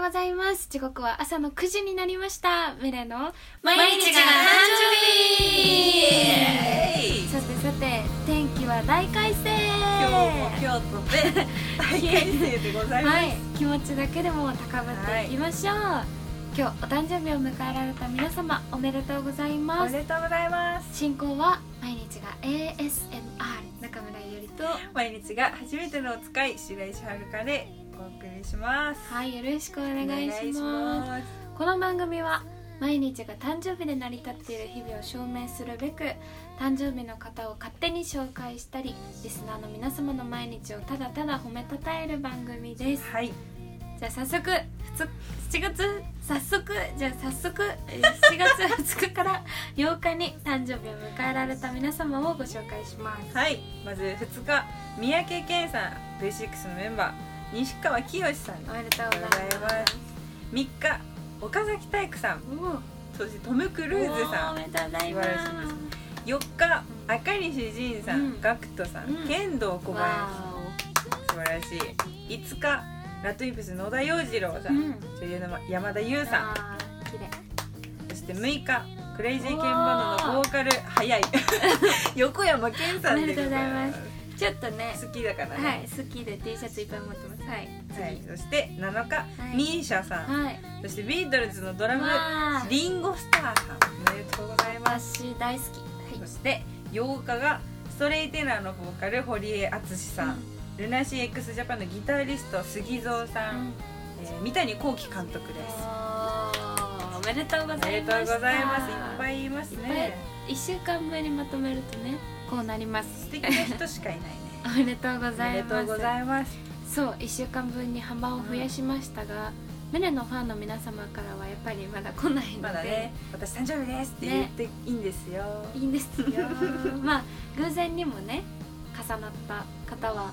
ございます。時刻は朝の9時になりました。メラの毎日が誕生日さてさて、天気は大改正今日も京都で大改正でございます、はい、気持ちだけでも高ぶっていきましょう。今日お誕生日を迎えられた皆様おめでとうございまおすめ。でとうございます進行は毎日が ASMR 中村ゆりと毎日が初めてのお使い白石はるかでお送りしますはい、よろしくお願いしおます。願いしこの番組は毎日が誕生日で成り立っている日々を証明するべく誕生日の方を勝手に紹介したりリスナーの皆様の毎日をただただ褒めたたえる番組でますすはいじゃあ早速ふつ7月早速じゃあ早速えー7月2日から8日に誕生日を迎えられた皆様をご紹介しますはいまず2日三宅健さん V6 のメンバー西川きよしさんお3めでとうございます日岡崎体育さんおーそしてトム・クルーズおさんめでとうございま素晴らしい4日赤西仁さん、うんガクトさん、うん剣道す小わ林素晴らしい5日ラトイプス野田洋次郎さん、うん女優の山田優ーおさんあー綺麗そして6日クレイジーケンバンドのボーカル 早い横山健さんでございまおめですとうちょっとね好きだからね、はい、好きで T シャツいっぱい持ってます。はい、はい、そして7日、いミーシャさん、はい、そしてビートルズのドラムわあリンゴスターさんおめでとうございます私大好き。そして8日がストレイテナーのボーカル堀江敦さん、ルナシー x ジャパンのギタリスト杉蔵さはい。ん、えー三谷幸喜監督ですおーおめでとうごおざめいでまとしうたございますいっぱいいますいっねぱい一週間分にまとめるとね、こうなります素。敵な人しかいないねおめでとうごおざめいでとまうす。ございますそう、一週間分に幅を増やしましたが、メレのファンの皆様からはやっぱりまだ来ないので、まだね私誕生日ですって言っていいんですよ、いいんですよ。まあ偶然にもね、重なった方は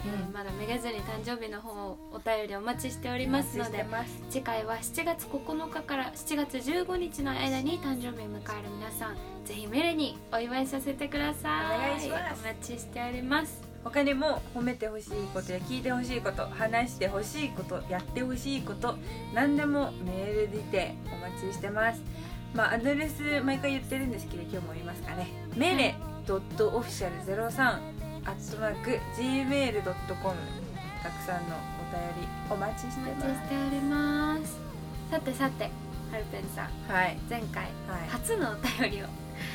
えーまだめげずに誕生日の方をお便りお待ちしておりますのでお待ちして次回は7月9日から7月15日の間に誕生日を迎える皆さんぜひメルにお祝いさせてくださいお願いしますお待ちしておりますます他にも褒めてほしいことや聞いてほしいこと話してほしいことやってほしいこと何でもメールにてお待ちしてますまあアドレス毎回言ってるんですけど今日も言いますかねメレドットオフィシャル03アットマーク gmail.com たくさんのお便りお待ちおして待ちますしておりますさてさてハルペンさんはい前回は初のお便りを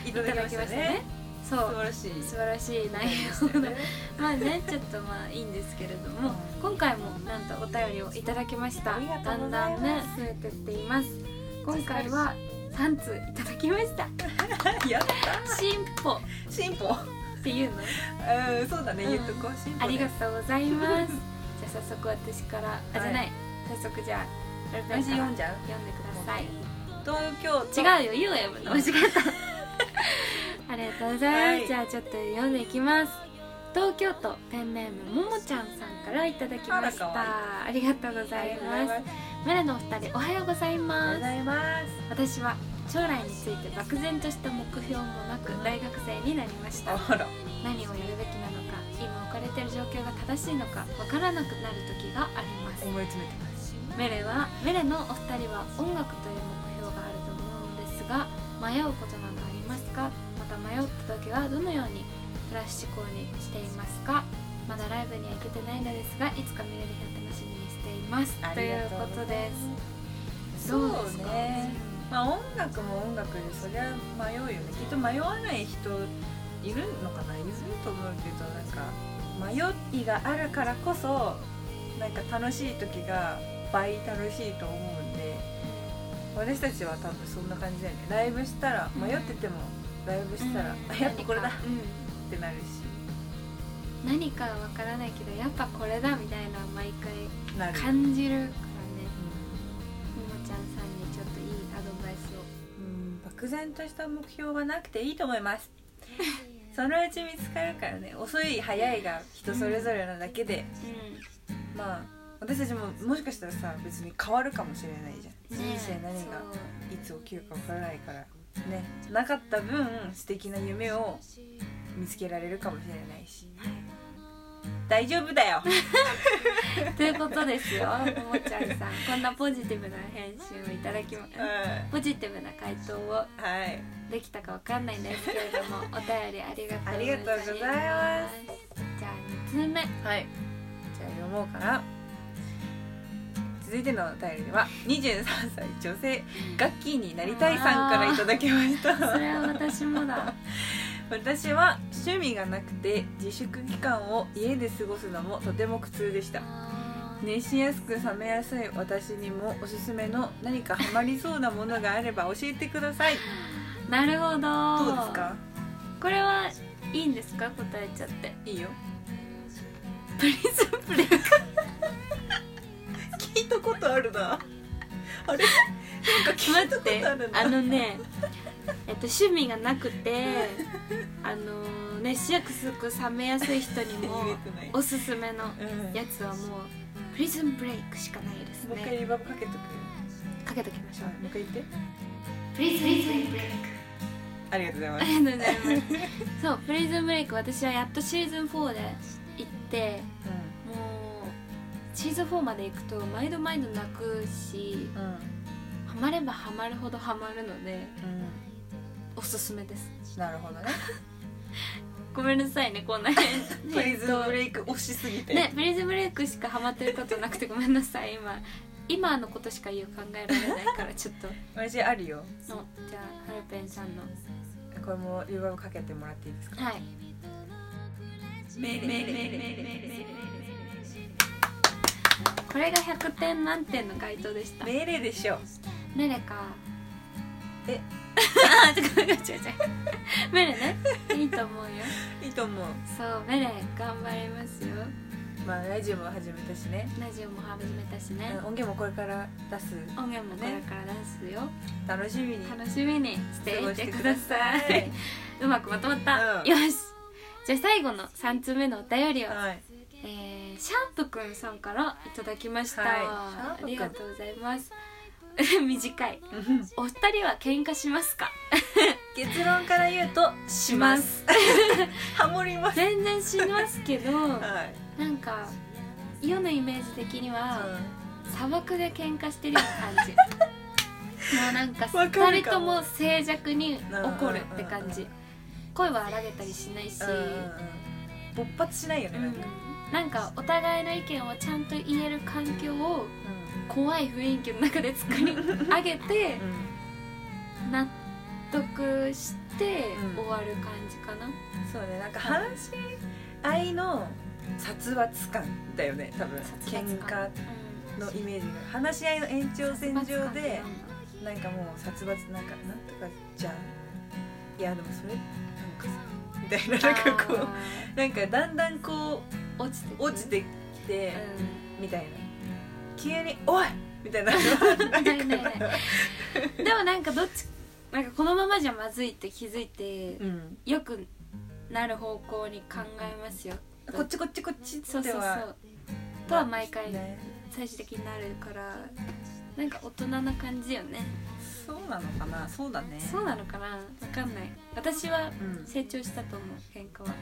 いいいただきましたねそ素う晴らしい素晴らしい内容のまあねちょっとまあいいんですけれども今回もなんとお便りをいただきましたありがとだうごんざだいんまねす増えてっています今回は3通いただきました やった進歩進歩っていうのうんそうだねうん言っとこう進歩ありがとうござい ますじゃあ早速私からあじゃない、早速じゃあルペンか私ら読んじゃう読んでください東京違都うよ、ゆうが読むの間違えた ありがとうございます、はいじゃあちょっと読んでいきます東京都ペンネームももちゃんさんからいただきましたあらかありがとうございありますがとうメラのお二人おはようございますございます私は将来について漠然とした目標もなく大学生になりましたあら何をやるべきなのか今置かれてる状況が正しいのかわからなくなる時があります思い詰めてますメレはメレのお二人は音楽という目標があると思うのですが迷うことなどありますかまた迷った時はどのようにプラス思考にしていますかまだライブには行けてないのですがいつか見れる日を楽しみにしていますということですそうどですかねまあ音楽も音楽でそりゃ迷うよねきっと迷わない人いるのかないると思うけどなんか迷いがあるからこそなんか楽しい時が倍楽しいと思うんで私たちは多分そんな感じだよねライブしたら迷っててもライブしたうら、んあやっぱこれだ何っかうんてなるし何かわからないけどやっぱこれだみたいな毎回なる、感じるからねももちゃんさんにちょっといいアドバイスをうん、漠然とした目標はなくていいと思いますそのうち見つかるからね遅い早いが人それぞれなだけで、まあ私たちももしかしたらさ別に変わるかもしれないじゃん、人生何がいつ起きるかわからないからねなかった分素敵な夢を見つけられるかもしれないし大丈夫だよということですよももちゃんさんこんなポジティブな返信をいただきまうんはポジティブな回答をいできたかわかんないんですけれどもお便りありがとう ありがとうございますじゃあ2通目はいじゃあ読もうかな続いてのお便りは23歳女性ガッキーになりたいさんからいただきましたそれは私もだ私は趣味がなくて自粛期間を家で過ごすのもとても苦痛でしたあー熱しやすく冷めやすい私にもおすすめの何かハマりそうなものがあれば教えてくださいなるほどどうですかこれはいいんですか答えちゃっていいよプリズンプレイ聞いたことあるなあれなんか聞い待たっこてとあるなあのねえっと趣味がなくて あのー熱しやすく冷めやすい人にも言 えてないおすすめのうんやつはもうプリズンブレイクしかないですもう一回ねリバーブかけとくよかけときましょうもう一回言ってプリズンブレイクありがとうございあますりがとうございます そうプリズンブレイク私はやっとシーズン4で行ってもうシーズン4まで行くと毎度毎度泣くしうんハマればハマるほどハマるのでうん、おすすめですうん、なるほどねごめんなさいねこんな変プリズムブレイク推しすぎて、 ねプリズムブレイクしかハマってることなくてごめんなさい今今のことしか言う考えられないからちょっ と私あるよのじゃあハルペンさんのこれもリバーブかけてもらっていいですかはいこれが100点満点の回答でしたね命令でしょメレかえあー違う違う違う メレねいいと思うよいいと思うそうメレ頑張りますよまあラジオも始めたしね、ラジオも始めたしうんね、音源もこれから出す音源もこれから出すよ、楽しみに楽しみにしていてくださ過ごしてくださいい うまくまとまった、うんよしじゃあ最後の3つ目のお便りを、はいえーシャンプくんさんからいただきました、はいシャンプあくんりがとうございます 短いお二人は喧嘩しますか結論から言うとしますハモります 全然しますけどはいなんか世のイメージ的には砂漠で喧嘩してるような感じ もうなんかわ二かる人とかもも静寂に怒るって感うじんうん声は荒げたりしないし、うんうんうん勃発しないよねなんかうんなんかお互いの意見をちゃんと言える環境を怖い雰囲気の中で作り上げてうん納得してうん終わる感じかな、そうねなんか話し合いの殺伐感だよね多分殺喧伐嘩感のイメージが話し合いの延長線上殺伐感でなんかもう殺伐なんかなんとかじゃんいやでもそれなんかさみたいななんかこあうなんかだんだんこー落ちてくう落ちてきて、うみたいな急に「おい!」みたいななんないねかなでもなんかどっちなんかこのままじゃまずいって気づいてうんよくなる方向に考えますよこっちこっちこっちそうってそうそはうとは毎回ね最終的になるからなんか大人な感じよねそうなのかなそうだねそうなのかなわかんない私はうん成長したと思う喧嘩は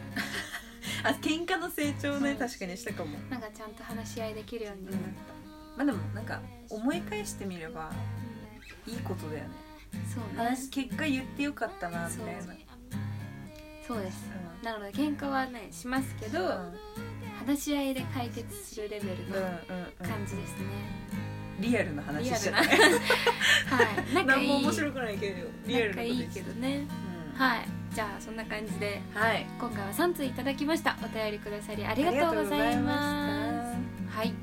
あ喧嘩の成長うねん確かにしたかもなんかちゃんと話し合いできるようになった、まあでもなんか思い返してみればいいことだよねそうね話結果言ってよかったなみたいなそうですなので喧嘩はねしますけど、うん話し合いで解決するレベルうんうんの感うじですね、んリアルな話リアじルゃななはい いなんかい何いも面白く ないけどリアなルんかなこいとい言ってけるどねうんははいじゃあそんな感じでい今回は3通いただきましたお便りくださりありがとうございますありがとうございまはいし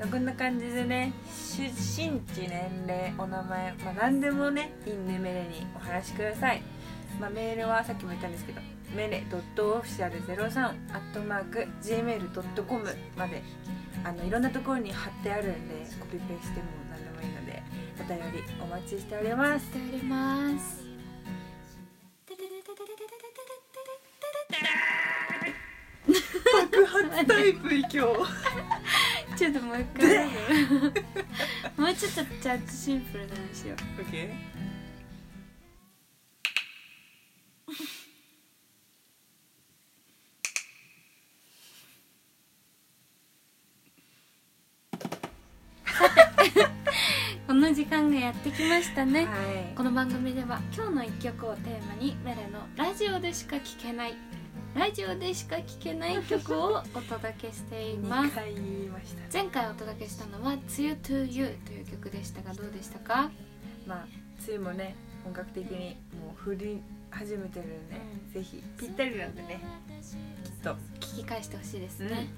たこんな感じでね出身地年齢お名前まあ何でもねインネメレにお話しくださいまあメールはさっきも言ったんですけどメレドットオフィシャル03アットマーク gmail.com まであのいろんなところに貼ってあるんでコピペしても何でもいいのでお便りお待ちしておりますしております爆発タイプ今 日ちょっともう一回もうちょっとちゃんとシンプルな話を OK の時間がやってきましたねはいこの番組では今日の一曲をテーマにメレのラジオでしか聴けないラジオでしか聴けない曲をお届けしてい ま2す回言いました前回お届けしたのは「梅雨 to you」という曲でしたがどうでしたかまあ梅雨もね本格的にもう降り始めてるんで、うんぜひぴったりなんでねきっと聞き返してほしいですね、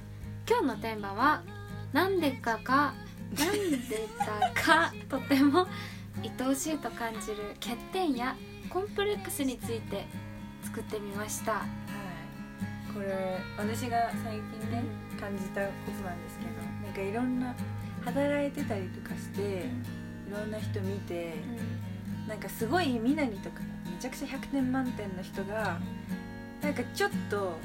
今日のテーマは「なんでかがなんでだかとても愛おしいと感じる欠点やコンプレックスについて作ってみました、はいこれ私が最近ね感じたことなんですけどなんかいろんな働いてたりとかしていろんな人見てなんかすごいみなりとかめちゃくちゃ100点満点の人がなんかちょっと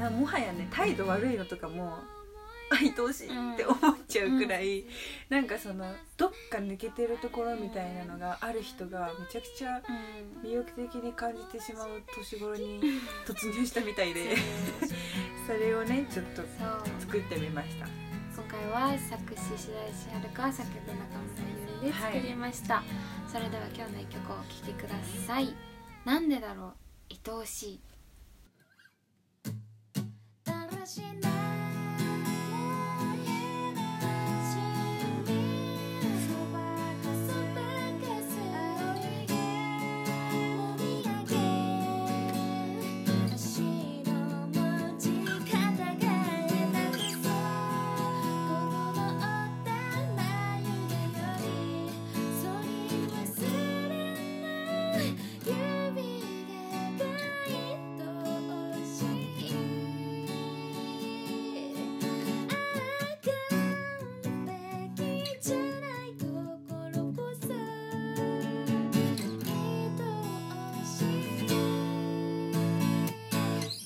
なもはやね態度悪いのとかも愛おしいって思っちゃうくらい、なんかそのどっか抜けてるところみたいなのがある人がめちゃくちゃ魅力的に感じてしまう年頃 に突入したみたいでそれをねちょっそとう作ってみました今回は作詞白石遥香作曲中村ゆりで作りました、それでは今日の一曲をお聴きくださいなんでだろう愛おしいだらしない夢そばかすばかす青いを見上げ足の持ち方がなくそうこのった眉毛よりそり忘れない指が愛おしいあ完璧じゃないところこそ愛おし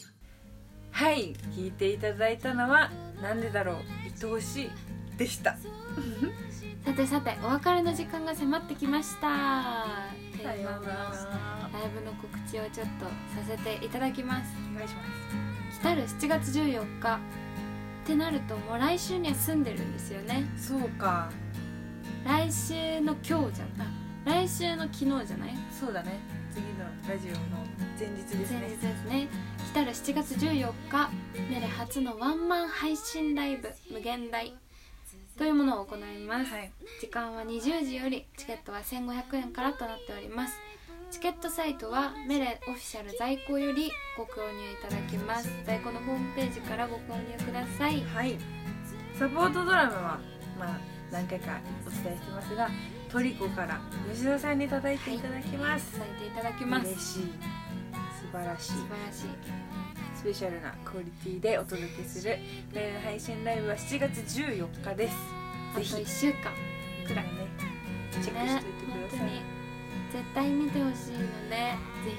いはい聴いていただいたのは「なんでだろう愛おしい」でしたさてさてお別れの時間が迫ってきましたテーマのライブの告知をちょっとさせていただきますお願いします来たる7月14日ってなるともう来週には住んでるんですよねそうか来週の今日じゃな来週の昨日じゃないそうだね次のラジオの前日です前ね日ですね来たる7月14日メレ初のワンマン配信ライブ無限大というものを行います、はい時間は20時よりチケットは1500円からとなっておりますチケットサイトはメレオフィシャル在庫よりご購入いただけます在庫のホームページからご購入くださいはいサポートドラムはまあ何回かお伝えしてますがトリコから吉田さんに叩いていただきます、させていただきます嬉素しい素晴らし晴らしいいスペシャルなクオリティでお届けするメール配信ライブは7月14日ですあとぜひ1週間くらいねチェックしておい本て当くださにい、絶対見てほしいのでぜひ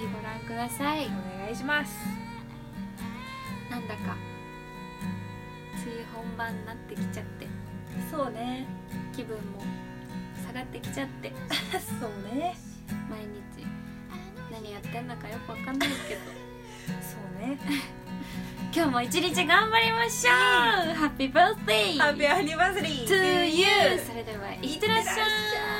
ご覧くださいお願いしますなんだか梅雨本番になってきちゃってそうね気分も下がってきちゃってそうね毎日何やってんのかよくわかんないけどそうね今日も一日頑張りましょうハッピーバースデーハッピーアニバーサリー to you それではいってらっしゃい